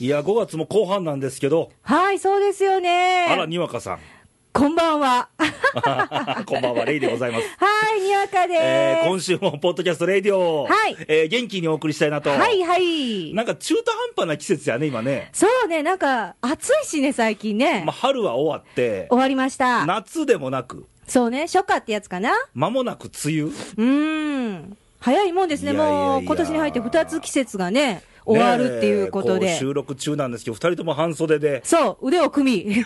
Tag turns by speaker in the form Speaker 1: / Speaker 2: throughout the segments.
Speaker 1: いや、5月も後半なんですけど、
Speaker 2: はい、そうですよね。
Speaker 1: あら、にわかさん。
Speaker 2: こんばんは。
Speaker 1: こんばんは、レイでございます。
Speaker 2: はい、にわかです。
Speaker 1: えー今週も、ポッドキャスト、レイディオ、
Speaker 2: はい
Speaker 1: えー元気にお送りしたいなと。
Speaker 2: はい、はい。
Speaker 1: なんか、中途半端な季節やね、今ね。
Speaker 2: そうね、なんか、暑いしね、最近ね。
Speaker 1: まあ、春は終わって、
Speaker 2: 終わりました。
Speaker 1: 夏でもなく、
Speaker 2: そうね、初夏ってやつかな。
Speaker 1: 間もなく梅雨。
Speaker 2: うーん。早いもんですね、
Speaker 1: いやいやいや
Speaker 2: もう、今年に入って2つ季節がね、終わるっていうこと
Speaker 1: ねえ
Speaker 2: で。
Speaker 1: 収録中なんですけど、2人とも半袖で、
Speaker 2: そう、腕を組 み。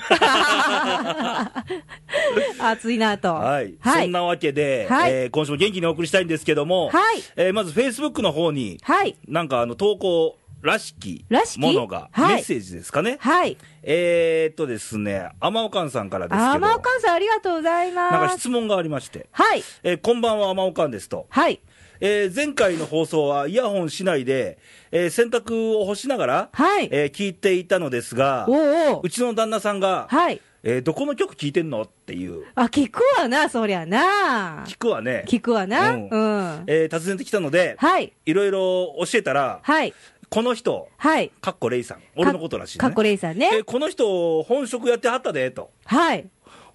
Speaker 2: 暑いなと。
Speaker 1: はい、
Speaker 2: は
Speaker 1: そん
Speaker 2: い。
Speaker 1: なわけで、
Speaker 2: はい
Speaker 1: えー今週も元気にお送りしたいんですけども、
Speaker 2: はい
Speaker 1: えーまず、フェイスブックの方に、
Speaker 2: はい。
Speaker 1: なんかあの投稿らしき
Speaker 2: らしき
Speaker 1: ものが、
Speaker 2: はい
Speaker 1: メッセージですかね、
Speaker 2: はい。
Speaker 1: えー、っとですね、天おかんさんからですけど、
Speaker 2: あまおかんさん、ありがとうございます。
Speaker 1: なんか質問がありまして、
Speaker 2: はい。
Speaker 1: えーこんばんは、天おかんですと、
Speaker 2: はい。
Speaker 1: えー前回の放送はイヤホンしないで、えー洗濯を干しながら、
Speaker 2: はい
Speaker 1: えー聞いていたのですが
Speaker 2: お、うおう
Speaker 1: うちの旦那さんが、
Speaker 2: はい。
Speaker 1: えーどこの曲聞いてんのっていう、
Speaker 2: あ、聞くわな、そりゃな。
Speaker 1: 聞くわね、
Speaker 2: 聞くわな。
Speaker 1: う
Speaker 2: うんん。
Speaker 1: えー訪ねてきたので、
Speaker 2: はい。
Speaker 1: いろいろ教えたら、
Speaker 2: はい。
Speaker 1: この人、
Speaker 2: はい。
Speaker 1: かっこレイさん、俺のことらしいね
Speaker 2: かっこレイさん
Speaker 1: え
Speaker 2: ね。
Speaker 1: この人、本職やってはったでと、
Speaker 2: はい。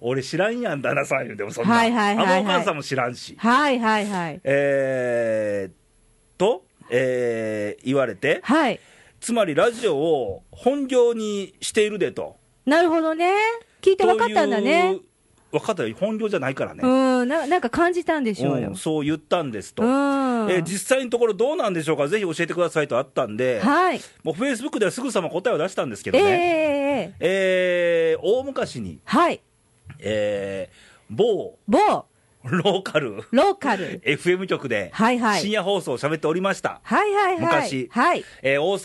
Speaker 1: 俺知らんやん、旦那さん言うても、そんな、
Speaker 2: はいはいはいはい
Speaker 1: あのお母さんも知らんし、
Speaker 2: はいはいはい。
Speaker 1: えー、と、えー言われて、
Speaker 2: はい。
Speaker 1: つまりラジオを本業にしているでと。
Speaker 2: なるほどね。聞いて分かったんだ
Speaker 1: とい
Speaker 2: ね
Speaker 1: う。。分かったよ、本業じゃないからね、
Speaker 2: うん。ななんか感じたんでしょう
Speaker 1: う
Speaker 2: よ
Speaker 1: ん。そう言ったんですと、
Speaker 2: うん。
Speaker 1: えー実際のところどうなんでしょうか、ぜひ教えてくださいとあったんで、
Speaker 2: はい。
Speaker 1: もうフェイスブックではすぐさま答えを出したんですけ
Speaker 2: え
Speaker 1: ど
Speaker 2: ええ
Speaker 1: ね、
Speaker 2: ええ
Speaker 1: え
Speaker 2: え
Speaker 1: ー大昔に、
Speaker 2: はい。
Speaker 1: えー某
Speaker 2: 某、
Speaker 1: ローカル
Speaker 2: ローカル。
Speaker 1: FM 局で
Speaker 2: はいはい
Speaker 1: 深夜放送を喋っておりました、
Speaker 2: はいはいはい。
Speaker 1: 昔
Speaker 2: はい。
Speaker 1: えー大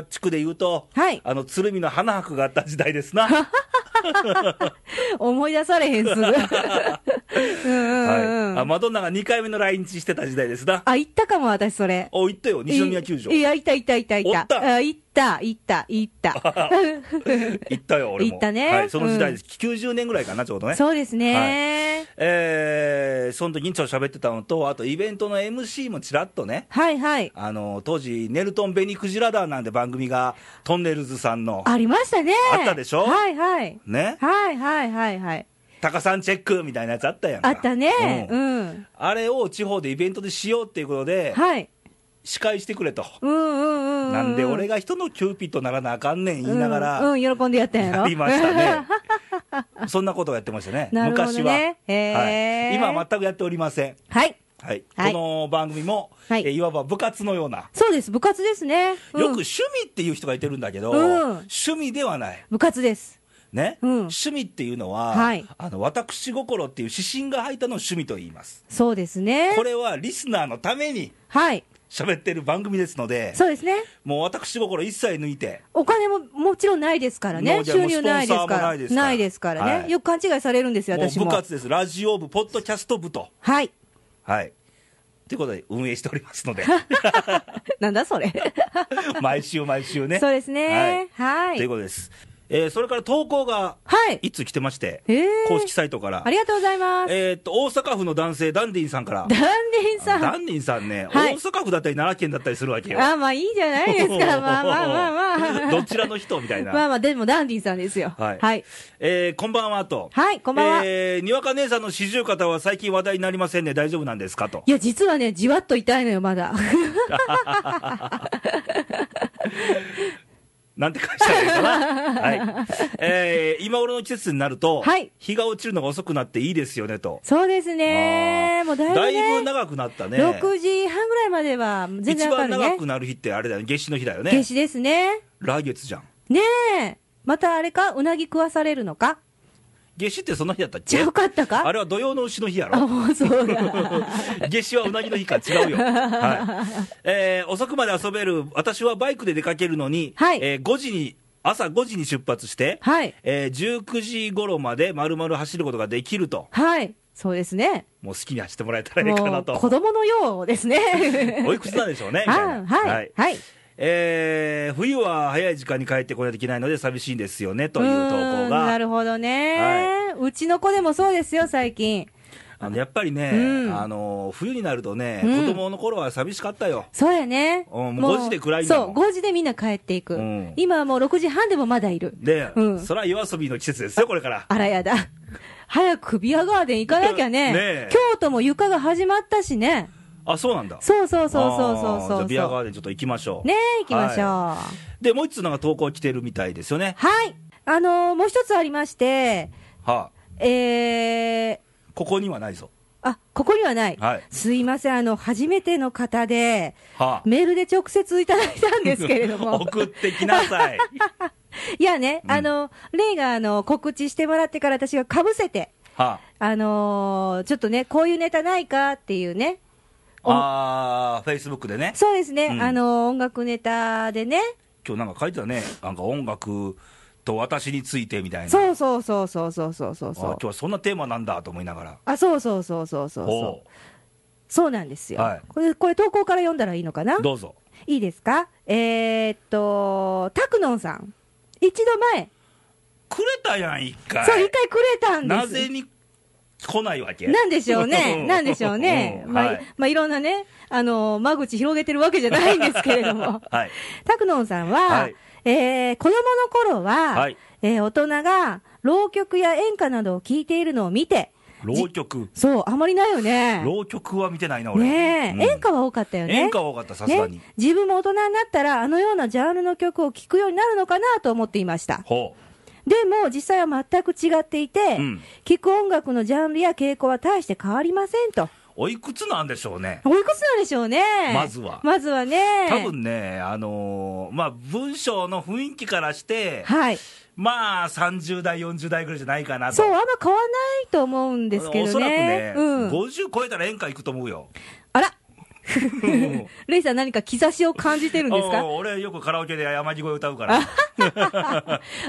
Speaker 1: 阪地区でいうと、
Speaker 2: はい
Speaker 1: あの鶴見の花博があった時代ですな、は
Speaker 2: 思い出されへんす ぐ。うん うんうん
Speaker 1: い、あマドンナが2回目の来日してた時代ですな、
Speaker 2: あ、行ったかも、私、それ。
Speaker 1: お行ったよ、西宮球場、
Speaker 2: いい
Speaker 1: 行
Speaker 2: や、行った行った行った行った。
Speaker 1: おった
Speaker 2: あ行った、行った、行った。
Speaker 1: ったよ、俺も、
Speaker 2: 行ったね
Speaker 1: はい、その時代です、90年ぐらいかな、ちょうどね。
Speaker 2: そうですね。
Speaker 1: えーその時にちょっと喋ってたのと、あとイベントの MC もちらっとね、
Speaker 2: はいはい。
Speaker 1: あの当時、ネルトン・ベニクジラダーなんて番組が、トンネルズさんの、
Speaker 2: ありましたね。
Speaker 1: あったでしょ
Speaker 2: はいはい。
Speaker 1: ね、
Speaker 2: はいはいはいはい。
Speaker 1: タカさんチェックみたいなやつあったやんか
Speaker 2: あったね。
Speaker 1: う
Speaker 2: うんん。
Speaker 1: あれを地方でイベントでしようっていうことで、
Speaker 2: はい。
Speaker 1: 司会してくれと、
Speaker 2: うんうんうん。
Speaker 1: なんで俺
Speaker 2: が
Speaker 1: が人のキューピッドならなあかんねん言いなが
Speaker 2: う
Speaker 1: ら、
Speaker 2: ん、うん喜んでやったんやろ。
Speaker 1: やりましたねそんなことをやってましたね、
Speaker 2: なるほどね
Speaker 1: 昔は、
Speaker 2: へー
Speaker 1: はい、今は全くやっておりません、
Speaker 2: はい。
Speaker 1: はい
Speaker 2: はい
Speaker 1: この番組も、
Speaker 2: はい
Speaker 1: いえいわば部活のような、
Speaker 2: そうです。部活ですね。うん
Speaker 1: よく趣味っていう人がいてるんだけど、
Speaker 2: うん
Speaker 1: 趣味ではない。
Speaker 2: 部活です。
Speaker 1: ね
Speaker 2: うん
Speaker 1: 趣味っていうのは、
Speaker 2: はい
Speaker 1: あの私心っていう指針が入ったのを趣味と言います、
Speaker 2: そうですね
Speaker 1: こ。れはリスナーのために
Speaker 2: はい。
Speaker 1: 喋ってる番組ですので、
Speaker 2: そうですね。
Speaker 1: もう私心一切抜いて、
Speaker 2: お金ももちろんないですか
Speaker 1: も
Speaker 2: ら
Speaker 1: う
Speaker 2: ね。
Speaker 1: じゃあ
Speaker 2: 収入な
Speaker 1: もう
Speaker 2: いですから。
Speaker 1: スポンサーもないですから
Speaker 2: からね、
Speaker 1: はい
Speaker 2: よく勘違いされるんですよ、
Speaker 1: もう
Speaker 2: 私も。
Speaker 1: 部活です、ラジオ部、ポッドキャスト部と、
Speaker 2: はい。
Speaker 1: はい。ということで、運営しておりますので、
Speaker 2: なんだそれ。
Speaker 1: 毎週毎週ね。
Speaker 2: そうですね。
Speaker 1: は。
Speaker 2: はいい。
Speaker 1: ということです。えーそれから投稿が
Speaker 2: はい。
Speaker 1: いつ来てまして、
Speaker 2: えー
Speaker 1: 公式サイトから
Speaker 2: あ、りがとうございます。
Speaker 1: えーっと大阪府の男性、ダンディンさんから、
Speaker 2: ダンディンさん。
Speaker 1: ダンディンさんね、
Speaker 2: はい
Speaker 1: 大阪府だったり奈良県だったりするわけよ。
Speaker 2: あ、まあいいじゃな いですか。まあまあまあまあ。
Speaker 1: どちらの人みたいな。
Speaker 2: まあまあ、でもダンディンさんですよ。
Speaker 1: はい
Speaker 2: はい。
Speaker 1: えーこんばんはと。
Speaker 2: はいこんばんは
Speaker 1: えーにわか姉さんの四十肩は最近話題になりませんね、大丈夫なんですかと
Speaker 2: い。や、実はね、じわっと痛いのよ、まだ。
Speaker 1: なんて返したらいいかな。はい。えー今頃の季節になると、
Speaker 2: はい
Speaker 1: 日が落ちるのが遅くなっていいですよねと。
Speaker 2: そうです
Speaker 1: あ
Speaker 2: ね。
Speaker 1: ー
Speaker 2: もうだいぶ、ね。
Speaker 1: だいぶ長くなったね。
Speaker 2: 6時半ぐらいまでは、全
Speaker 1: 一
Speaker 2: 然明
Speaker 1: 番
Speaker 2: るい
Speaker 1: 長
Speaker 2: ね
Speaker 1: く。なる日ってあれだよね、夏至の日だよ
Speaker 2: 夏
Speaker 1: ね。
Speaker 2: 至ですね。
Speaker 1: 来月じゃん。
Speaker 2: ねえ。またあれかうなぎ食わされるのか
Speaker 1: 夏至ってそんな日だったっ
Speaker 2: 違
Speaker 1: け
Speaker 2: うかったか
Speaker 1: あれは土曜の牛の日やろ
Speaker 2: あ、。もうそう だ。
Speaker 1: 夏至はうなぎの日か違うよ、はいえー遅くまで遊べる私はバイクで出かけるのに、
Speaker 2: はい
Speaker 1: えー5時に朝5時に出発して、
Speaker 2: はい。
Speaker 1: えー19時頃まで丸々走ることができると
Speaker 2: はい。そうですね。
Speaker 1: もう好きに走ってもらえたらいいか
Speaker 2: も
Speaker 1: な
Speaker 2: う、子
Speaker 1: と
Speaker 2: 供のようですね。
Speaker 1: おいくつなんでしょうねみたい
Speaker 2: あ
Speaker 1: な
Speaker 2: はい。はい。
Speaker 1: えー冬は早い時間に帰ってこないといけないので寂しいんですよねという投
Speaker 2: ー
Speaker 1: 稿
Speaker 2: ん
Speaker 1: が
Speaker 2: なるほどね、うちの子でもそうですよ、最近。
Speaker 1: あのやっぱりね、
Speaker 2: うん
Speaker 1: あの冬になるとね、
Speaker 2: うん
Speaker 1: 子供の頃は寂しかったよ。
Speaker 2: そうやね。
Speaker 1: うんもう
Speaker 2: も
Speaker 1: 5時で暗いんだ
Speaker 2: そ
Speaker 1: も
Speaker 2: う、
Speaker 1: ん
Speaker 2: 5時でみんな帰っていく。
Speaker 1: うん
Speaker 2: 今はもう6時半でもまだいる。
Speaker 1: で、
Speaker 2: うん
Speaker 1: そら夜遊びの季節ですよ、これから。
Speaker 2: あらやだ。 早くビアガーデン行かなきゃね。
Speaker 1: ねえ
Speaker 2: 京都も床が始まったしね。
Speaker 1: あ、そうなんだ。
Speaker 2: そうそうそうそうそう
Speaker 1: あーじ
Speaker 2: そ
Speaker 1: ゃあ
Speaker 2: う。
Speaker 1: ビアガーデンちょっと行きましょう。
Speaker 2: ねえ、行きましょう。は
Speaker 1: で、もう一つなんか投稿来てるみたいですよね。
Speaker 2: い。あのーもう一つありまして、
Speaker 1: はあ、
Speaker 2: えー、
Speaker 1: ここにはないぞ。
Speaker 2: あ、ここにはない。
Speaker 1: はい。
Speaker 2: すいません、あの、初めての方で、
Speaker 1: はあ。
Speaker 2: メールで直接いただいたんですけれども。
Speaker 1: 送ってきなさい。
Speaker 2: いやね、
Speaker 1: うん
Speaker 2: あの、レイがあの告知してもらってから私がかぶせて、
Speaker 1: は
Speaker 2: あのーちょっとね、こういうネタないかっていうね、
Speaker 1: あ。ああ、フェイスブックでね。
Speaker 2: そうですね、
Speaker 1: うん
Speaker 2: あのー音楽ネタでね、
Speaker 1: 今日なんか書いてたね。なんか音楽と私についてみたいな。
Speaker 2: そうそうそうそうそうそうそう
Speaker 1: あー
Speaker 2: そう
Speaker 1: 今日。はそんなテーマなんだと思いながら。
Speaker 2: あ、そうそうそうそうそう
Speaker 1: お
Speaker 2: そうそうなんですよ、
Speaker 1: はい
Speaker 2: これ。これ投稿から読んだらいいのかな
Speaker 1: どうぞ。
Speaker 2: いいですかえー、っと、タクノンさん。一度前、
Speaker 1: くれたやん、一回。
Speaker 2: そう、一回くれたんです。
Speaker 1: なぜに来ないわけ
Speaker 2: なんでしょう ね、なんでしょうね、
Speaker 1: うん
Speaker 2: まあ
Speaker 1: はい
Speaker 2: いまあ、いろんなね、あの間口広げてるわけじゃないんですけれど も、
Speaker 1: はい。
Speaker 2: 拓野さんは、
Speaker 1: はい
Speaker 2: えー子供の頃は、
Speaker 1: はい
Speaker 2: えー大人が浪曲や演歌などを聴いているのを見て、
Speaker 1: 浪曲。
Speaker 2: そう、あまりないよね、
Speaker 1: 浪曲は見てないな、俺。
Speaker 2: ねえ、
Speaker 1: うん
Speaker 2: 演歌は多かったよね。
Speaker 1: 演歌は多かった、さすがに
Speaker 2: ね。、自分も大人になったら、あのようなジャンルの曲を聴くようになるのかなと思っていました。
Speaker 1: ほ
Speaker 2: でも実際は全く違っていて、
Speaker 1: うん
Speaker 2: 聴く音楽のジャンルや傾向は大して変わりませんと。
Speaker 1: う。おいくつなんでしょうね。
Speaker 2: おいくつなんでしょうね。
Speaker 1: まずは
Speaker 2: まずはね。
Speaker 1: 多分ね、あのーまあ、文章の雰囲気からして、
Speaker 2: はい。
Speaker 1: まあ、30代、40代ぐらいじゃないかなと。
Speaker 2: そう、あんま変わらないと思うんですけどね。
Speaker 1: おそらくね、
Speaker 2: うん。
Speaker 1: 50超えたら演歌行くと思うよ。
Speaker 2: あ ら、
Speaker 1: うん
Speaker 2: レイさん何か兆しを感じてるんです
Speaker 1: う
Speaker 2: か
Speaker 1: ん俺よくカラオケで山地声歌うから。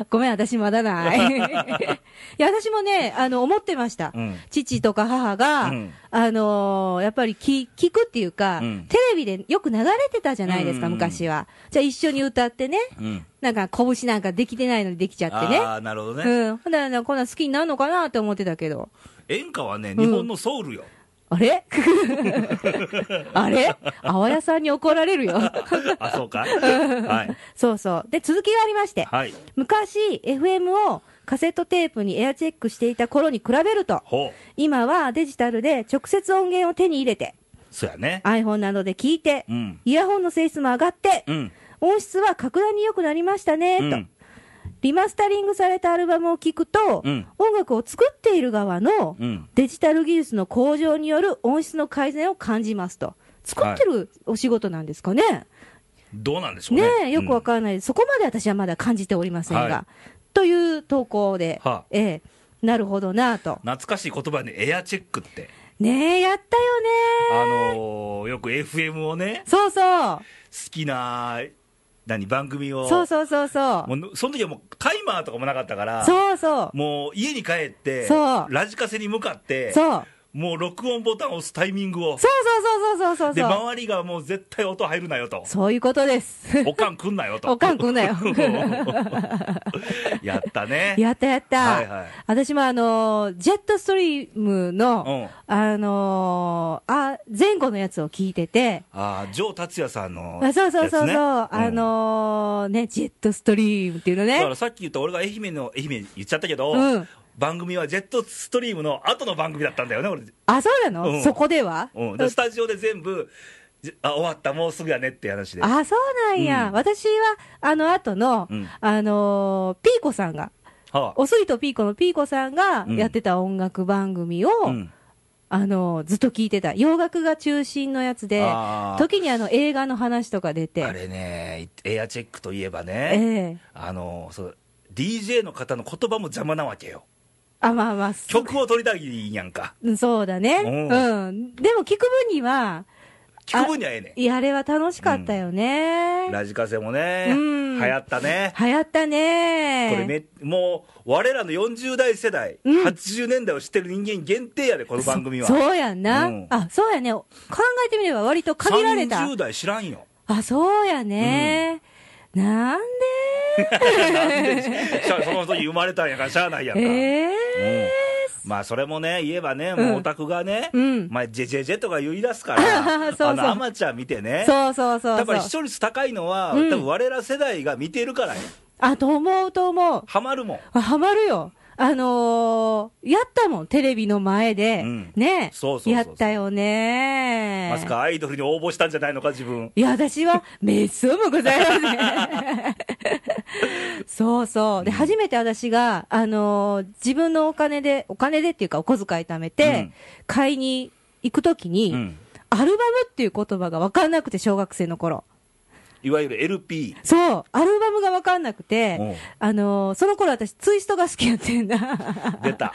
Speaker 2: ごめん、私まだない。い や、私もね、あの、思ってました。
Speaker 1: うん
Speaker 2: 父とか母が、
Speaker 1: うん
Speaker 2: あのーやっぱり聞聞くっていうか、
Speaker 1: うん
Speaker 2: テレビでよく流れてたじゃないですか、
Speaker 1: うん
Speaker 2: 昔は。じゃあ一緒に歌ってね、
Speaker 1: うん。
Speaker 2: なんか拳なんかできてないのにできちゃってね。
Speaker 1: ああ、なるほどね。
Speaker 2: うん。ほんなら、こんなん好きになるのかなって思ってたけど。
Speaker 1: 演歌はね、
Speaker 2: ん
Speaker 1: 日本のソウルよ。
Speaker 2: あれあれあわやさんに怒られるよ。
Speaker 1: あ、そうか。はい。
Speaker 2: そうそう。で、続きがありまして。
Speaker 1: はい。
Speaker 2: 昔、FM をカセットテープにエアチェックしていた頃に比べると、
Speaker 1: ほう。
Speaker 2: 今はデジタルで直接音源を手に入れて、
Speaker 1: そやね。
Speaker 2: iPhone などで聞いて、
Speaker 1: うん。
Speaker 2: イヤホンの性質も上がって、
Speaker 1: うん。
Speaker 2: 音質は格段に良くなりましたね、
Speaker 1: う
Speaker 2: と
Speaker 1: ん。
Speaker 2: リマスタリングされたアルバムを聞くと、
Speaker 1: うん
Speaker 2: 音楽を作っている側の
Speaker 1: うん
Speaker 2: デジタル技術の向上による音質の改善を感じますと。作ってるお仕事なんですかね。
Speaker 1: どうなんでしょう
Speaker 2: ね
Speaker 1: ね。
Speaker 2: え、よくわからないです、そこまで私はまだ感じておりませんが。
Speaker 1: は
Speaker 2: という投稿で、
Speaker 1: はあ
Speaker 2: ええなるほどなぁと
Speaker 1: う。ん懐かしい言葉でエアチェックって。
Speaker 2: ねえ、やったよね
Speaker 1: あのー、よく FM をね、
Speaker 2: そうそう。
Speaker 1: 好きな、何、番組を。
Speaker 2: そうそうそうそう。
Speaker 1: もう、その時はもうタイマーとかもなかったから、
Speaker 2: そうそう。
Speaker 1: もう家に帰って、
Speaker 2: そう
Speaker 1: ラジカセに向かって、
Speaker 2: そう。
Speaker 1: もう録音ボタンを押すタイミングを。
Speaker 2: そうそうそうそうそう
Speaker 1: で、
Speaker 2: そう。
Speaker 1: 周りがもう絶対音入るなよと。
Speaker 2: そういうことです。
Speaker 1: おかん来んなよと。
Speaker 2: おかん来んなよ。
Speaker 1: やったね。
Speaker 2: やったやった。
Speaker 1: はいはい
Speaker 2: 私もあのージェットストリーム
Speaker 1: うん
Speaker 2: の、あのーあ、前後のやつを聞いてて、
Speaker 1: ああ、ジョー達也さんの、
Speaker 2: あそうそうそうそう、
Speaker 1: やつね
Speaker 2: あ、
Speaker 1: うん
Speaker 2: のーね、ジェットストリームっていうの
Speaker 1: だ
Speaker 2: ね
Speaker 1: か。らさっき言った俺が愛媛の、愛媛言っちゃったけど、
Speaker 2: うん
Speaker 1: 番組はジェットストリームの後の番組だったんだよね、俺。
Speaker 2: あ、そうなの、
Speaker 1: うん
Speaker 2: そこでは、
Speaker 1: うん、でスタジオで全部、じあ、終わった、もうすぐやねって話で。
Speaker 2: あ、そうなんや。
Speaker 1: うん
Speaker 2: 私は、あの後の、
Speaker 1: うん
Speaker 2: あのーピーコさんが、
Speaker 1: はあ
Speaker 2: おすりとピーコのピーコさんがやってた音楽番組を、
Speaker 1: うん
Speaker 2: あのーずっと聞いてた。洋楽が中心のやつで
Speaker 1: あ、ー
Speaker 2: 時にあの映画の話とか出て。
Speaker 1: あれね、エアチェックといえばね、
Speaker 2: ええ
Speaker 1: あの、そう、DJ の方の言葉も邪魔なわけよ。
Speaker 2: あ、まあまあ、そ
Speaker 1: 曲を取りたいやんか。
Speaker 2: うんそうだね。
Speaker 1: うん
Speaker 2: うん。でも聞く分には、
Speaker 1: 聞く分にはええねん。
Speaker 2: いや、あれは楽しかったよね。
Speaker 1: ラジカセもね、
Speaker 2: うん
Speaker 1: 流行ったね。
Speaker 2: 流行ったね。
Speaker 1: これめもう我らの40代世代、
Speaker 2: うん
Speaker 1: 80年代を知ってる人間限定やでこの番組は
Speaker 2: そうやんな、
Speaker 1: うん
Speaker 2: あ、そうやね。考えてみれば割と限られた。
Speaker 1: 30代知らんよ
Speaker 2: あ、そうやね。なんで
Speaker 1: なんでしゃその時生まれたんやからしゃあないやんか、
Speaker 2: えー、
Speaker 1: まあそれもね、言えばね、もうオタクがね、
Speaker 2: うん
Speaker 1: まあ、ジェジェジェとか言い出すから、
Speaker 2: そうそう
Speaker 1: あのアマチュア見てね、
Speaker 2: そうそうそう
Speaker 1: 多
Speaker 2: そ
Speaker 1: 分
Speaker 2: う
Speaker 1: 視聴率高いのは、
Speaker 2: うん
Speaker 1: 多分我ら世代が見てるからね、
Speaker 2: あと思うと思う
Speaker 1: ハマるもん、
Speaker 2: あハマるよあのー、やったもんテレビの前で、
Speaker 1: うん
Speaker 2: ね
Speaker 1: そうそうそうそう
Speaker 2: やったよね
Speaker 1: まさかアイドルに応募したんじゃないのか、自分。
Speaker 2: いや、私は、めっそうもございません。 そうそう。で、初めて私が、あのー自分のお金で、お金でっていうか、お小遣い貯めて、
Speaker 1: うん
Speaker 2: 買いに行くときに、
Speaker 1: うん
Speaker 2: アルバムっていう言葉が分かんなくて、小学生の頃。
Speaker 1: いわゆる LP、
Speaker 2: そう、アルバムが分かんな
Speaker 1: う
Speaker 2: く
Speaker 1: ん
Speaker 2: て、あのーその頃私、ツイストが好きやって んだ。
Speaker 1: 出た。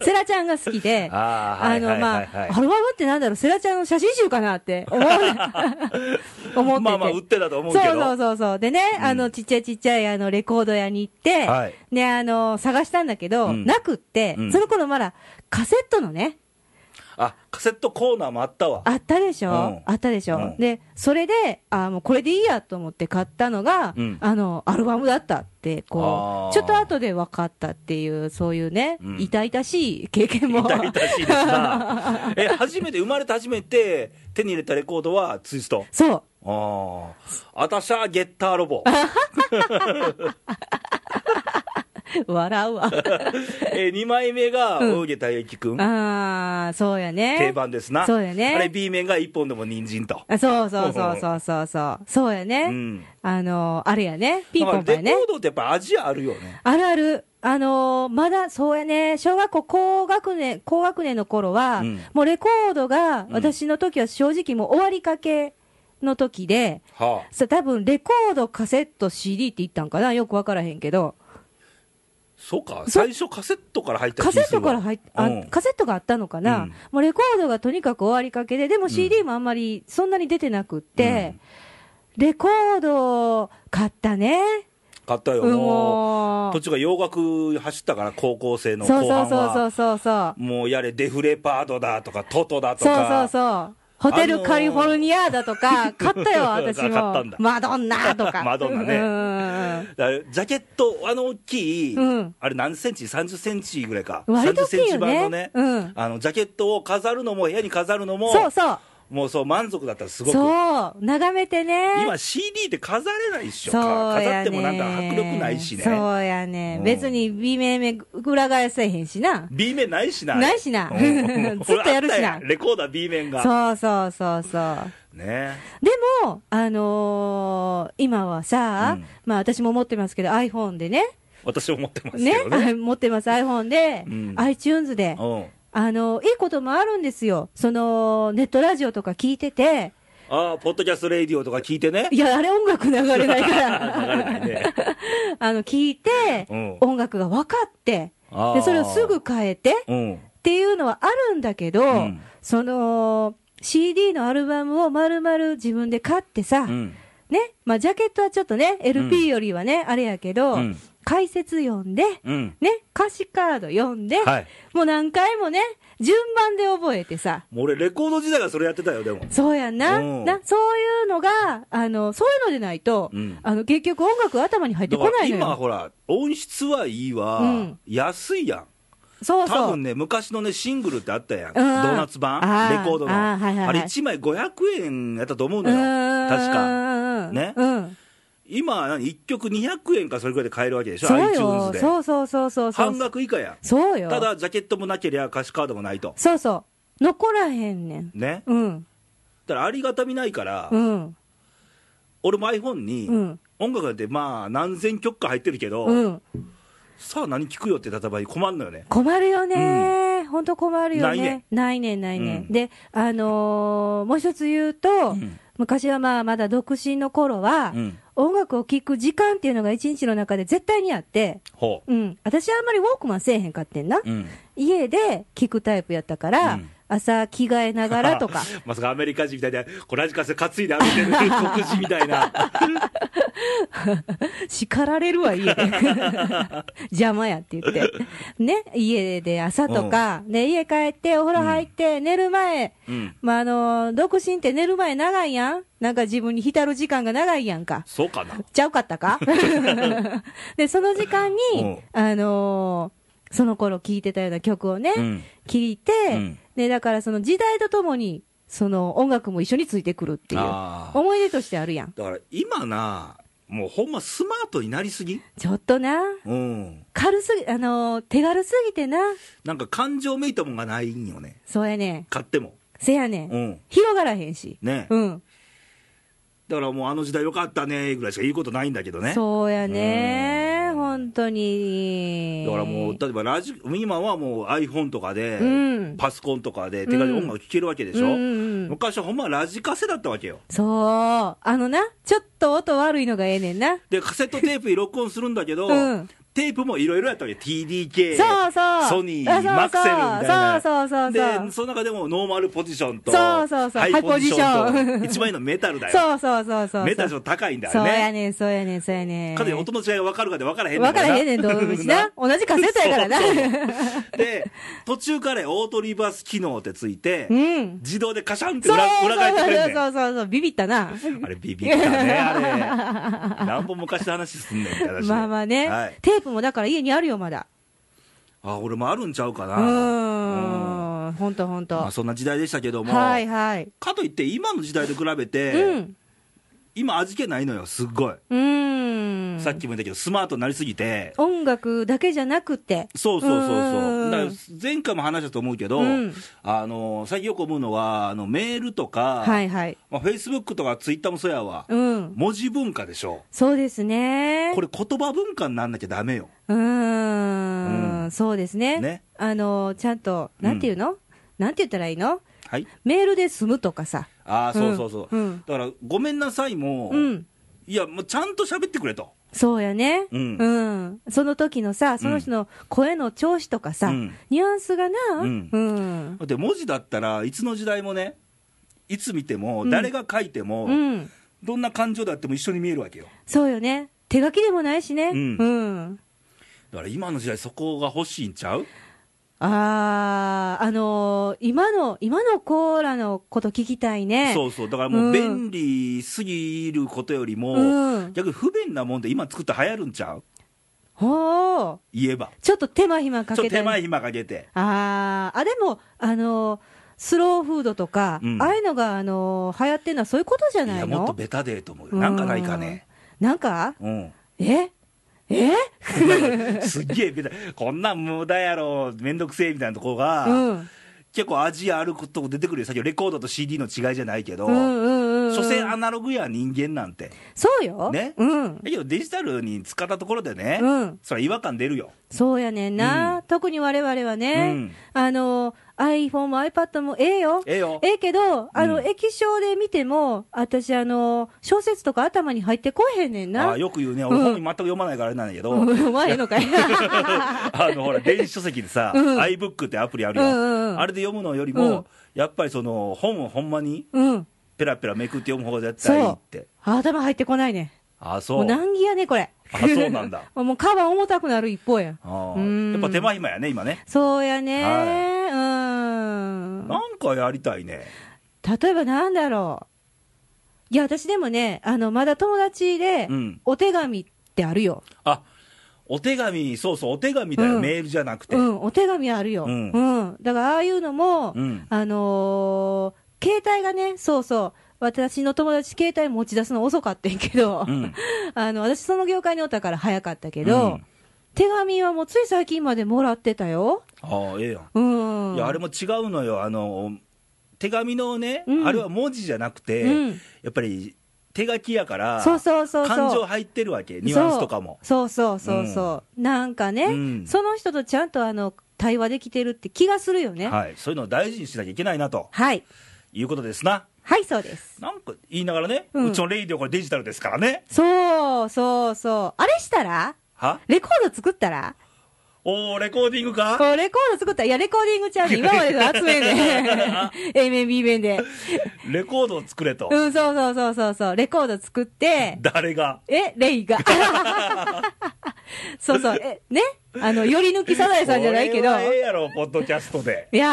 Speaker 2: セラちゃんが好きで、
Speaker 1: あーは
Speaker 2: あ
Speaker 1: いは
Speaker 2: の、
Speaker 1: い
Speaker 2: ま
Speaker 1: は
Speaker 2: あ
Speaker 1: いはい、
Speaker 2: アルバムってなんだろう、セラちゃんの写真集かなって思 う思ってて。
Speaker 1: まあまあ、売ってたと思うけ
Speaker 2: そ
Speaker 1: ど、
Speaker 2: うそうそうそう。でね、あの、ちっちゃいちっちゃい、あの、レコード屋に行って、
Speaker 1: はい
Speaker 2: ね、あの、探したんだけど、
Speaker 1: うん
Speaker 2: なくって、
Speaker 1: うん
Speaker 2: その頃まだ、カセットのね、
Speaker 1: あカセットコーナーもあったわ、
Speaker 2: あったでしょ、
Speaker 1: うん
Speaker 2: あったでしょ、
Speaker 1: うん
Speaker 2: で、それで、あもうこれでいいやと思って買ったのが、
Speaker 1: うん
Speaker 2: あの、アルバムだったって、
Speaker 1: あー
Speaker 2: こう、ちょっと後で分かったっていう、そういうね、
Speaker 1: うん
Speaker 2: 痛々しい経験も。
Speaker 1: 痛々しいです なえ初めて生まれて初めて手に入れたレコードはツイスト
Speaker 2: そう。
Speaker 1: ああ私はゲッターロ ボ、
Speaker 2: 笑うわ。
Speaker 1: え2枚目が
Speaker 2: うん
Speaker 1: 大げたゆきくん
Speaker 2: ああ、そうやね。
Speaker 1: 定番ですな
Speaker 2: そうだね
Speaker 1: あれ B 面が1本でも人参と
Speaker 2: あそうそうそうそうそうそう。そうやね。
Speaker 1: うん
Speaker 2: あのーあれやね。ピンポ
Speaker 1: だ
Speaker 2: ンパン
Speaker 1: か
Speaker 2: や
Speaker 1: ら
Speaker 2: ね
Speaker 1: レコ。ードってやっぱ味あるよね
Speaker 2: あるある。あのーまだ、そうやね。小学校高学年、高学年の頃は、
Speaker 1: うん
Speaker 2: もうレコードが、
Speaker 1: うん
Speaker 2: 私の時は正直もう終わりかけの時で、
Speaker 1: はあ
Speaker 2: そう多分レコード、カセット、CD って言ったんかなよくわからへんけど。
Speaker 1: そうか
Speaker 2: そ
Speaker 1: 最初カセットから入った
Speaker 2: カ
Speaker 1: 気
Speaker 2: セ
Speaker 1: が
Speaker 2: ッ
Speaker 1: する
Speaker 2: ト
Speaker 1: わ
Speaker 2: から入っ、あ
Speaker 1: うん
Speaker 2: カセットがあったのかな、
Speaker 1: うん
Speaker 2: もうレコードがとにかく終わりかけで、でも CD もあんまりそんなに出てなくって、レコードを買ったね。
Speaker 1: 買ったよ
Speaker 2: うん
Speaker 1: も
Speaker 2: も
Speaker 1: う
Speaker 2: う
Speaker 1: 途中が洋楽走ったから高校生の後
Speaker 2: そう
Speaker 1: 半
Speaker 2: そ
Speaker 1: は
Speaker 2: うそうそうそうそう。
Speaker 1: もうやれデフレパードだとかトトだと
Speaker 2: そう
Speaker 1: か
Speaker 2: そうそう。ホテ
Speaker 1: あ
Speaker 2: ル
Speaker 1: のー
Speaker 2: カリフォルニアだとか、買っ たよ、私
Speaker 1: 買
Speaker 2: も。
Speaker 1: ったんだ
Speaker 2: マドンナとか。
Speaker 1: マドンナね
Speaker 2: ね。
Speaker 1: だからジャケット、あの大きい、
Speaker 2: うん
Speaker 1: あれ何センチ、30センチぐらいか、
Speaker 2: 割と大
Speaker 1: 30
Speaker 2: きい
Speaker 1: セン
Speaker 2: よ
Speaker 1: チ
Speaker 2: ね
Speaker 1: 版のね、
Speaker 2: うん
Speaker 1: あのジャケットを飾るのも、部屋に飾るのも、
Speaker 2: そうそう。
Speaker 1: もうそう、満足だったらすごく、
Speaker 2: そう。眺めてね。
Speaker 1: 今、CD って飾れないっしょ、
Speaker 2: そう
Speaker 1: か飾
Speaker 2: やね
Speaker 1: ってもなんか迫力ないしね、
Speaker 2: そうやね
Speaker 1: う。ん
Speaker 2: 別に美名目裏返せへんしな。
Speaker 1: B 面ないしな、
Speaker 2: ないしな
Speaker 1: うん
Speaker 2: ずっとやるし
Speaker 1: 俺あ
Speaker 2: な
Speaker 1: ったんレコーダー B 面が、
Speaker 2: そうそうそうそう。
Speaker 1: ね、
Speaker 2: でも、あのー今はさ、
Speaker 1: うん
Speaker 2: まあ私も持ってますけど iPhone でね、
Speaker 1: 私も持ってますけ
Speaker 2: ね
Speaker 1: どね、、
Speaker 2: 持ってます iPhone で、
Speaker 1: うん
Speaker 2: iTunes で、
Speaker 1: うん、
Speaker 2: あの、いいこともあるんですよ。その、ネットラジオとか聞いてて、
Speaker 1: ああ、ポッドキャスト、レイディオとか聞いてね、
Speaker 2: いや、あれ音楽流れないか
Speaker 1: 流
Speaker 2: ら、
Speaker 1: れない ね、
Speaker 2: あの、聞いて、
Speaker 1: うん
Speaker 2: 音楽が分かって、
Speaker 1: あ
Speaker 2: で、
Speaker 1: ー
Speaker 2: それをすぐ変えてっ
Speaker 1: うん、
Speaker 2: ていうのはあるんだけど、
Speaker 1: うん
Speaker 2: その、CD のアルバムを丸々自分で買ってさ、
Speaker 1: うん、
Speaker 2: ね、まあ、ジャケットはちょっとね、
Speaker 1: うん
Speaker 2: LP よりはね、あれやけど、
Speaker 1: うん
Speaker 2: 解説読んで、
Speaker 1: うん、
Speaker 2: ね、歌詞カード読んで、
Speaker 1: はい。
Speaker 2: もう何回もね、順番で覚えてさ、
Speaker 1: もう俺、レコード時代がそれやってたよ、でも。
Speaker 2: そうやんな
Speaker 1: うん
Speaker 2: な、そういうのが、あのそういうのでないと、
Speaker 1: うん
Speaker 2: あの結局、音楽、頭に入っ
Speaker 1: だ
Speaker 2: てこ
Speaker 1: か
Speaker 2: な
Speaker 1: ら
Speaker 2: いの
Speaker 1: 今、
Speaker 2: よ、
Speaker 1: ほら、音質はいいわ、
Speaker 2: うん
Speaker 1: 安いやん。
Speaker 2: そう
Speaker 1: 多
Speaker 2: そ
Speaker 1: 分
Speaker 2: う、
Speaker 1: ね、昔のね、シングルってあったやん、ド
Speaker 2: うん
Speaker 1: ーナツ版、
Speaker 2: あ
Speaker 1: レ
Speaker 2: ー
Speaker 1: コードの、
Speaker 2: あーはいはいはい
Speaker 1: あれ、1枚500円やったと思うの
Speaker 2: う
Speaker 1: よ、
Speaker 2: ーん
Speaker 1: 確か、ね
Speaker 2: うん、
Speaker 1: 今、何1曲200円か、それぐらいで買えるわけでしょ、
Speaker 2: そう
Speaker 1: iTunes
Speaker 2: よ、
Speaker 1: で、
Speaker 2: そうそうそうそうそ
Speaker 1: 半
Speaker 2: う、
Speaker 1: 額以下やん、
Speaker 2: そうよ、
Speaker 1: ただ、ジャケットもなけりゃ、歌詞カードもないと、
Speaker 2: そうそう、残らへんねん、
Speaker 1: ね、
Speaker 2: うん、
Speaker 1: だからありがたみないから、
Speaker 2: うん、
Speaker 1: 俺も iPhone に、
Speaker 2: うん
Speaker 1: 音楽なんて、まあ、何千曲か入ってるけど、
Speaker 2: うん、
Speaker 1: さあ、何聞くよってた場合、困んのよね。
Speaker 2: 困るよね、本当困るよ
Speaker 1: ないね
Speaker 2: ね、ないねん、ないねん、
Speaker 1: うん
Speaker 2: で、あのーもう一つ言うと、
Speaker 1: うん
Speaker 2: 昔はまあまだ独身の頃は、
Speaker 1: うん
Speaker 2: 音楽を聴く時間っていうのが一日の中で絶対にあって、
Speaker 1: ほ
Speaker 2: うん、私はあんまりウォークマンせえへんかってんな、
Speaker 1: う、うん
Speaker 2: 家で聴くタイプやったから、
Speaker 1: うん
Speaker 2: 朝着替えながらとか
Speaker 1: まさかアメリカ人みたいな、これラジカセ担いで歩いてる黒人みたい な。
Speaker 2: 叱られるわ家で 邪魔やって言ってね家で朝とか、ね、家帰ってお風呂入って、寝る前
Speaker 1: うん。
Speaker 2: まああの独身って寝る前長いやんなんか自分に浸る時間が長いやんか
Speaker 1: そうかな。
Speaker 2: ちゃうかったかで、その時間
Speaker 1: う
Speaker 2: に
Speaker 1: ん、
Speaker 2: あのーその頃聴いてたような曲をね、
Speaker 1: うん
Speaker 2: 聞いて、
Speaker 1: うん
Speaker 2: で、だからその時代とともに、その音楽も一緒についてくるっていう、
Speaker 1: あー
Speaker 2: 思い出としてあるやん。
Speaker 1: だから今な、もうほんまスマートになりすぎ、
Speaker 2: ちょっとな、
Speaker 1: うん、
Speaker 2: 軽すぎ、あのー手軽すぎてな、
Speaker 1: なんか感情めいたもんがないんよね、
Speaker 2: そうやね
Speaker 1: 買っても。
Speaker 2: せやねん、
Speaker 1: うん
Speaker 2: 広がらへんし。
Speaker 1: ね、
Speaker 2: うん。
Speaker 1: だからもうあの時代よかったねぐらいしか言うことないんだけどね。
Speaker 2: そうやね
Speaker 1: うん
Speaker 2: 本当に。
Speaker 1: だからもう、例えばラジ今はもう iPhone とかで、
Speaker 2: うん
Speaker 1: パソコンとかで手軽に音楽聴けるわけでしょ、
Speaker 2: うんうんうん
Speaker 1: 昔はほんまはラジカセだったわけよ。
Speaker 2: そう。あのな、ちょっと音悪いのがええねんな。
Speaker 1: で、カセットテープに録音するんだけど、
Speaker 2: うん
Speaker 1: テープもいろいろやったわけ、TDK、
Speaker 2: そうそう
Speaker 1: ソニ
Speaker 2: あそ
Speaker 1: ー、
Speaker 2: うそう
Speaker 1: マクセルみたいな。
Speaker 2: そうそうそうそう
Speaker 1: で、その中でもノーマルポジションと、
Speaker 2: そうそうそう
Speaker 1: ハイポジションと、
Speaker 2: ハイポジション
Speaker 1: 一番いいのメタルだよ。
Speaker 2: そうそうそうそう。
Speaker 1: メタルちょ
Speaker 2: ょ
Speaker 1: っと高いんだ
Speaker 2: そ
Speaker 1: よ
Speaker 2: うや
Speaker 1: ね。
Speaker 2: ねん、そうやねん、そうやねん。
Speaker 1: かといって音の違いが分かるかで分からへんねん
Speaker 2: 分からへんねん、
Speaker 1: ど
Speaker 2: ど うしな。同じカセットやからな。
Speaker 1: で、途中からオートリバース機能ってついて、
Speaker 2: うん。
Speaker 1: 自動でカシャンって
Speaker 2: そう
Speaker 1: 裏裏返ってくれんねん
Speaker 2: そうそうそうそう、ビビったな。
Speaker 1: あれビビったねあれ何本昔の話すんねんって話で
Speaker 2: まあまあね、
Speaker 1: はい、
Speaker 2: テープもだから家にあるよ、まだ。
Speaker 1: あ俺もあるんちゃうか
Speaker 2: う
Speaker 1: なうん
Speaker 2: ーん。ほんとほん
Speaker 1: まあ、
Speaker 2: と。
Speaker 1: そんな時代でしたけども、
Speaker 2: はいはい。
Speaker 1: かといって今の時代と比べて、
Speaker 2: うん。
Speaker 1: 今味気ないのよすっごい、
Speaker 2: うーん。
Speaker 1: さっきも言ったけどスマートになりすぎて
Speaker 2: 音楽だけじゃなくて。
Speaker 1: そうそうそうそう
Speaker 2: うん
Speaker 1: だから前回も話したと思うけど、
Speaker 2: うん
Speaker 1: あの最近よく思うのはあのメールとか、
Speaker 2: はいはい。
Speaker 1: まあ、フェイスブックとかツイッターもそうやわ、
Speaker 2: うん。
Speaker 1: 文字文化でしょ
Speaker 2: そうですね。
Speaker 1: これ言葉文化になんなきゃダメよ
Speaker 2: うー、
Speaker 1: うん
Speaker 2: そうですね。
Speaker 1: ね
Speaker 2: あの、ちゃんと、なんていうの、なんて言ったらいいの
Speaker 1: はい
Speaker 2: メールで済むとかさ。
Speaker 1: ああそうそうそう、
Speaker 2: うんうん
Speaker 1: だから「ごめんなさいも」
Speaker 2: うん。
Speaker 1: いやもうちゃんと喋ってくれと、
Speaker 2: そうやね。
Speaker 1: うん
Speaker 2: うんその時のさ、その人の声の調子とかさ、
Speaker 1: うん
Speaker 2: ニュアンスがな、
Speaker 1: うん
Speaker 2: うん。
Speaker 1: だって文字だったらいつの時代もねいつ見ても
Speaker 2: うん
Speaker 1: 誰が書いても、
Speaker 2: うん。
Speaker 1: どんな感情であっても一緒に見えるわけよ
Speaker 2: そうよね。手書きでもないしね。
Speaker 1: うん
Speaker 2: うん
Speaker 1: だから今の時代そこが欲しいんちゃう
Speaker 2: あー、あのー今の、今の子らのこと聞きたいね。
Speaker 1: そうそうだからも
Speaker 2: う
Speaker 1: うん便利すぎることよりも、
Speaker 2: うん
Speaker 1: 逆に不便なもんで今作ったら流行るんちゃう
Speaker 2: ほう。
Speaker 1: 言えば
Speaker 2: ちょっと手間
Speaker 1: ち
Speaker 2: 暇
Speaker 1: ょ
Speaker 2: か
Speaker 1: っと
Speaker 2: けた
Speaker 1: 手
Speaker 2: り
Speaker 1: 間暇かけて
Speaker 2: あーあ、でも、あのースローフードとか、
Speaker 1: うん
Speaker 2: ああいうのが、あのー流行ってるのはそういうことじゃ
Speaker 1: い
Speaker 2: ない
Speaker 1: や
Speaker 2: の
Speaker 1: もっとベタでええと思うよなんかないかね
Speaker 2: うん。なんか
Speaker 1: うん
Speaker 2: ええ
Speaker 1: すっげえベタこんなん無駄やろめんどくせえみたいなとこが、
Speaker 2: うん。
Speaker 1: 結構味あることも出てくるよさっきのレコードと CD の違いじゃないけど、
Speaker 2: うんうんうんうん。
Speaker 1: 所詮アナログや人間なんて
Speaker 2: そうよ。
Speaker 1: ね
Speaker 2: うん。
Speaker 1: だけどデジタルに使ったところでね、
Speaker 2: うん
Speaker 1: それは違和感出るよ
Speaker 2: そうやねんな。
Speaker 1: うん
Speaker 2: 特に我々はね、
Speaker 1: うん
Speaker 2: あのー iPhone も iPad もええよ。
Speaker 1: ええよ
Speaker 2: ええけど、あの、
Speaker 1: うん
Speaker 2: 液晶で見ても、私、あのー小説とか頭に入ってこえへんねん
Speaker 1: あ
Speaker 2: な。
Speaker 1: あよく言うね
Speaker 2: ん
Speaker 1: 俺本に全く読まないからあれなんだけど、
Speaker 2: うん、まあええのかい。
Speaker 1: あのほら電子書籍でさ、
Speaker 2: うん
Speaker 1: iBook ってアプリあるよ、
Speaker 2: うんうんうん
Speaker 1: あれで読むのよりも、
Speaker 2: うん
Speaker 1: やっぱりその本をほんまに
Speaker 2: うん。
Speaker 1: ペラペラめくって読む方が絶対いいっ
Speaker 2: そ
Speaker 1: て
Speaker 2: う。頭入ってこないね。
Speaker 1: ああそ
Speaker 2: もう
Speaker 1: う
Speaker 2: 難儀やね、これ。
Speaker 1: あそうなんだ
Speaker 2: もうカバー重たくなる一方やん。
Speaker 1: ああ
Speaker 2: うん
Speaker 1: やっぱ手間暇やね今ね
Speaker 2: そうやね、
Speaker 1: は
Speaker 2: うーん。
Speaker 1: なんかやりたいね
Speaker 2: 例えばなんだろう。いや、私でもね、あの、まだ友達で
Speaker 1: うん、
Speaker 2: お手紙ってあるよ。
Speaker 1: あお手紙そうそうお手紙だよ、
Speaker 2: うん
Speaker 1: メールじゃなくて、
Speaker 2: うん、お手紙あるよ。
Speaker 1: う
Speaker 2: うんん。だから、ああいうのも、
Speaker 1: うん
Speaker 2: あのー携帯がね、そうそう。私の友達、携帯持ち出すの遅かったんやけど、
Speaker 1: うん
Speaker 2: あの、私その業界におったから早かったけど、
Speaker 1: うん
Speaker 2: 手紙はもうつい最近までもらってたよ。
Speaker 1: ああええやん
Speaker 2: うん。
Speaker 1: いやあれも違うのよあの手紙のね、
Speaker 2: うん
Speaker 1: あれは文字じゃなくて、
Speaker 2: うん
Speaker 1: やっぱり手書きやから
Speaker 2: そうそうそうそう。
Speaker 1: 感情入ってるわけニュアンスとかも
Speaker 2: そうそうそうそうそう。なんかね、
Speaker 1: うん
Speaker 2: その人とちゃんとあの、対話できてるって気がするよね。はい。
Speaker 1: はい、そういうのを大事にしなきゃいけないなと
Speaker 2: はい、
Speaker 1: いうことですな
Speaker 2: そうです。
Speaker 1: なんか言いながらね、う
Speaker 2: うん
Speaker 1: ちのレイディオこれデジタルですからね
Speaker 2: そうそうそう。あれしたら
Speaker 1: は
Speaker 2: レコード作ったら
Speaker 1: おおレコーディングか
Speaker 2: こうレコード作ったら、いや、レコーディングちゃうねん今までの集め んね A 面、B 面で。
Speaker 1: レコードを作れと、
Speaker 2: うん、そうそうそうそうそう。レコード作って、
Speaker 1: 誰が
Speaker 2: え、レイ が。そうそう、え、ねあの、より抜きサザエさんじゃないけど
Speaker 1: こ。れはええやろポッドキャストで
Speaker 2: いや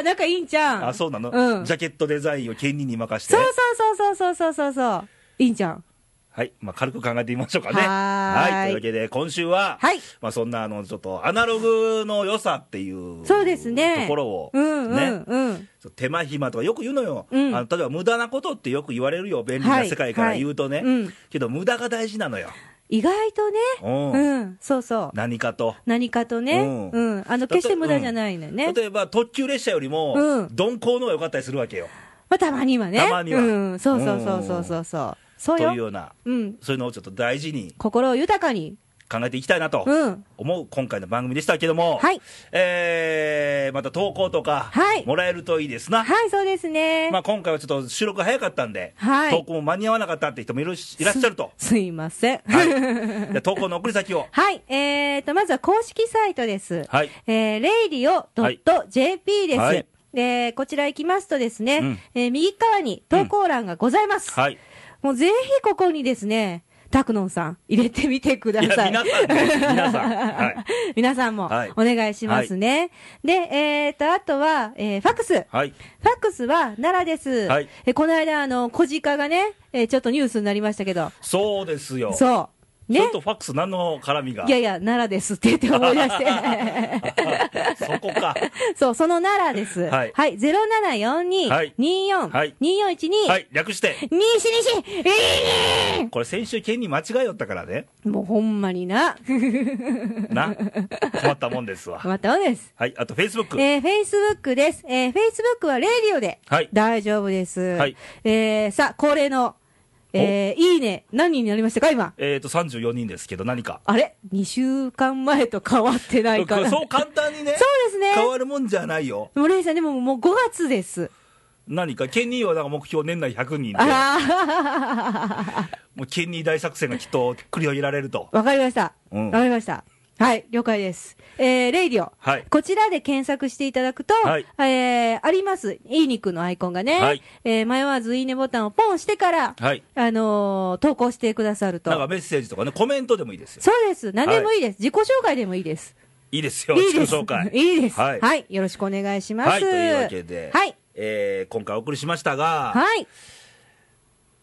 Speaker 2: ー、なんかいいんちゃん。
Speaker 1: あそうなの、
Speaker 2: うん。
Speaker 1: ジ
Speaker 2: そう
Speaker 1: ャケットデザインを兼任に任せて
Speaker 2: そうそうそうそうそうそうそう。いいんちゃん。
Speaker 1: はい。まあ、軽く考えてみましょうかね。
Speaker 2: はーい
Speaker 1: というわけで、今週は、
Speaker 2: はい
Speaker 1: まあ、そんな、あの、ちょっと、アナログの良さっていう、
Speaker 2: そうですね。
Speaker 1: ところを、
Speaker 2: うんうん
Speaker 1: ね、
Speaker 2: うん。
Speaker 1: 手間暇とかよく言うのよ、
Speaker 2: うん
Speaker 1: あの例えば無駄なことってよく言われるよ便利な世界から言うとね、
Speaker 2: はいはいうん
Speaker 1: けど無駄が大事なのよ、
Speaker 2: 意外とね、
Speaker 1: うん
Speaker 2: うん、そうそう。
Speaker 1: 何かと
Speaker 2: 何かとね、
Speaker 1: う
Speaker 2: うんん、あの、決して無駄じゃないのよね。
Speaker 1: 例えば特急列車より
Speaker 2: う
Speaker 1: も
Speaker 2: ん
Speaker 1: 鈍行の方が良かったりするわけよ、
Speaker 2: まあ、たまにはね。
Speaker 1: たまには
Speaker 2: うん、そうそうそうそうそうそう。そう
Speaker 1: という
Speaker 2: よ。
Speaker 1: ような
Speaker 2: うん。
Speaker 1: そういうのをちょっと大事に
Speaker 2: 心を豊かに。
Speaker 1: 考えていきたいなと
Speaker 2: うん
Speaker 1: 思う今回の番組でしたけども、
Speaker 2: はい
Speaker 1: えーまた投稿とか
Speaker 2: はい
Speaker 1: もらえるといいですな、
Speaker 2: はい、そうですね。
Speaker 1: まあ、今回はちょっと収録早かったんで、
Speaker 2: はい
Speaker 1: 投稿も間に合わなかったって人もいるしいらっしゃ ると、
Speaker 2: すいません。
Speaker 1: はい、じゃあ投稿の送り先を
Speaker 2: はい、えーと、まずは公式サイトです。
Speaker 1: はい
Speaker 2: えー、radio.jp です。
Speaker 1: はい
Speaker 2: えーこちら行きますとですね、
Speaker 1: うん
Speaker 2: えー右側に投稿欄がございます。
Speaker 1: はい
Speaker 2: もうぜひここにですね、タクノンさん入れてみてくだ
Speaker 1: い
Speaker 2: さ
Speaker 1: や、
Speaker 2: い。
Speaker 1: 皆さんね、皆さん。はい。
Speaker 2: 皆さんも
Speaker 1: はい
Speaker 2: お願いしますね。で、えーと、あとは、えーファックス。フ
Speaker 1: はい。
Speaker 2: ァックスは奈良です。
Speaker 1: はい
Speaker 2: えーこの間、あの、小鹿がね、えーちょっとニュースになりましたけど、
Speaker 1: そうですよ。
Speaker 2: そう。
Speaker 1: ちょ
Speaker 2: ね
Speaker 1: っ。とファックス何の絡みが
Speaker 2: いやいや、奈良ですって言って思い出 して。
Speaker 1: そこか。
Speaker 2: そう、その奈良です。
Speaker 1: は
Speaker 2: はいい。はい、0742、
Speaker 1: はい
Speaker 2: 24、
Speaker 1: はい
Speaker 2: 2412、
Speaker 1: はい、略して。
Speaker 2: 西西、え
Speaker 1: これ先週県に間違えよったからね。
Speaker 2: ー、もうほんまにな。
Speaker 1: な。困ったもんですわ。
Speaker 2: またおです。
Speaker 1: はい。あと、Facebook。
Speaker 2: えー、Facebook です。えー、Facebook はレディオで
Speaker 1: はい
Speaker 2: 大丈夫です。
Speaker 1: はい
Speaker 2: えー、さあ、恒例の、えー、いいね、何人になりましたか、今。
Speaker 1: えっと、34人ですけど、何か。
Speaker 2: あれ ?2 週間前と変わってないか ら。
Speaker 1: そう簡単にね。
Speaker 2: そうですね
Speaker 1: 変わるもんじゃないよ。
Speaker 2: もうレイさん、でももう5月です。
Speaker 1: 何か、県にはなんか目標年内100人で、
Speaker 2: ああ。
Speaker 1: もう県に大作戦がきっと繰り広げられると。
Speaker 2: わかりました。
Speaker 1: うん
Speaker 2: わかりました。はい、了解です。えー、レイディオ。
Speaker 1: はい
Speaker 2: こちらで検索していただくと、
Speaker 1: はい
Speaker 2: えー、あります。いい肉のアイコンがね。
Speaker 1: はい
Speaker 2: えー、迷わずいいねボタンをポンしてから、
Speaker 1: はい
Speaker 2: あのー投稿してくださると
Speaker 1: なん。かメッセージとかね、コメントでもいいですよ。
Speaker 2: そうです。何でもいいです。自己紹介でもいいです。
Speaker 1: いいですよ、
Speaker 2: いいです。
Speaker 1: 自己紹介
Speaker 2: いいです、
Speaker 1: は
Speaker 2: はいい。。よろしくお願いします。
Speaker 1: はい、というわけで、
Speaker 2: はい。
Speaker 1: えー今回お送りしましたが、
Speaker 2: はい。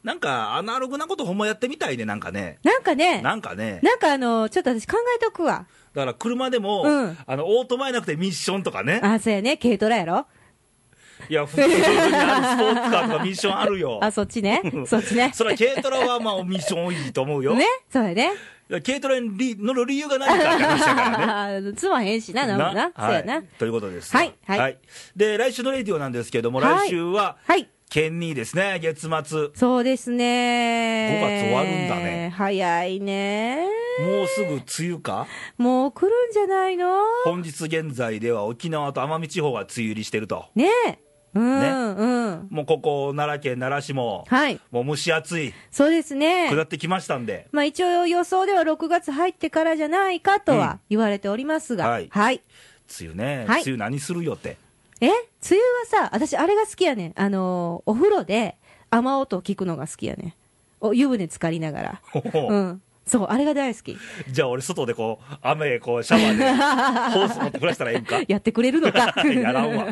Speaker 1: なんかアナログなことほんまやってみたいね、なんかね。
Speaker 2: なんかね、
Speaker 1: なんかね、
Speaker 2: なんかあのーちょっと私考えとくわ。
Speaker 1: だから車でも、
Speaker 2: うん
Speaker 1: あのオートマイなくてミッションとかね、
Speaker 2: あ、そうやね。軽トラやろ
Speaker 1: いや、普通にあるスポーツカーと かミッションあるよ。。
Speaker 2: あ、そっちね。そっちね
Speaker 1: それは軽トラはまあミッション多いと思う よ。
Speaker 2: ね。そうやね。
Speaker 1: いや軽トラにり乗る理由が何かって話だからね。
Speaker 2: あーつまへんし な、なんもな。そう
Speaker 1: はい
Speaker 2: やな。
Speaker 1: ということです。
Speaker 2: はいはい
Speaker 1: で、来週のレディオなんですけども、
Speaker 2: はい
Speaker 1: 来週は、
Speaker 2: はい。
Speaker 1: 県にですね、月末。
Speaker 2: そうですね。
Speaker 1: 五月終わるんだね
Speaker 2: 早いね。
Speaker 1: もうすぐ梅雨か
Speaker 2: もう来るんじゃないの
Speaker 1: 本日現在では沖縄と奄美地方が梅雨入りしてると。
Speaker 2: ねえ。うん、
Speaker 1: ね
Speaker 2: うん。
Speaker 1: もうここ奈良県奈良市も、
Speaker 2: はい。
Speaker 1: もう蒸し暑い、
Speaker 2: そうです
Speaker 1: 下
Speaker 2: ね。
Speaker 1: ってきましたんで、
Speaker 2: まあ一応予想では6月入ってからじゃないかと
Speaker 1: うん
Speaker 2: は言われておりますが。
Speaker 1: はい
Speaker 2: はい。
Speaker 1: 梅雨ね、
Speaker 2: はい
Speaker 1: 梅雨何するよって。
Speaker 2: え梅雨はさ、私あれが好きやねん。あのーお風呂で雨音を聞くのが好きやねん。お湯船浸かりながら。うん。そう、あれが大好き。
Speaker 1: じゃあ俺外でこう、雨、こう、シャワー で、ホース持って降らしたらええんか。
Speaker 2: やってくれるのか
Speaker 1: やらんわ。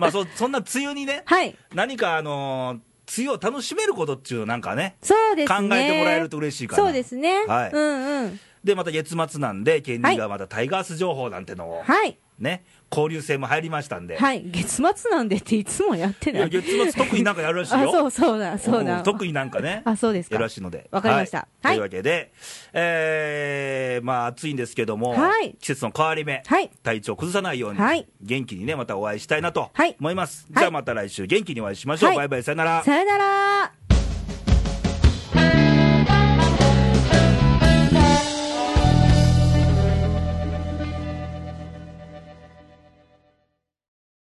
Speaker 1: まあそ、そんな梅雨にね、
Speaker 2: はい。
Speaker 1: 何かあのー梅雨を楽しめることっていうのなんかね、
Speaker 2: そうです
Speaker 1: 考
Speaker 2: ね。
Speaker 1: えてもらえると嬉しいかな
Speaker 2: そうですね。
Speaker 1: はい
Speaker 2: うんうん。
Speaker 1: で、また月末なんで、県
Speaker 2: は
Speaker 1: に
Speaker 2: い
Speaker 1: がまたタイガース情報なんてのを、
Speaker 2: はい。
Speaker 1: ね、交流戦も入りましたんで、
Speaker 2: はい。月末なんでっていつもやって
Speaker 1: い
Speaker 2: な
Speaker 1: や
Speaker 2: い。
Speaker 1: 月末特になんかやるらしい
Speaker 2: あ、
Speaker 1: よ。
Speaker 2: そうそうだ、そう
Speaker 1: うん
Speaker 2: だ。
Speaker 1: 特になんかね。
Speaker 2: あ、そうです
Speaker 1: や
Speaker 2: か。
Speaker 1: るらしいので。
Speaker 2: わかりました
Speaker 1: はい
Speaker 2: はい
Speaker 1: というわけで、えー、まあ暑いんですけども、
Speaker 2: はい
Speaker 1: 季節の変わり目、
Speaker 2: はい
Speaker 1: 体調崩さないように、
Speaker 2: はい
Speaker 1: 元気にね、またお会いしたいなと
Speaker 2: はい
Speaker 1: 思います。
Speaker 2: は
Speaker 1: じ
Speaker 2: い
Speaker 1: ゃあまた来週元気にお会いしましょう。
Speaker 2: はい
Speaker 1: バイバイ、さよなら。
Speaker 2: さよなら。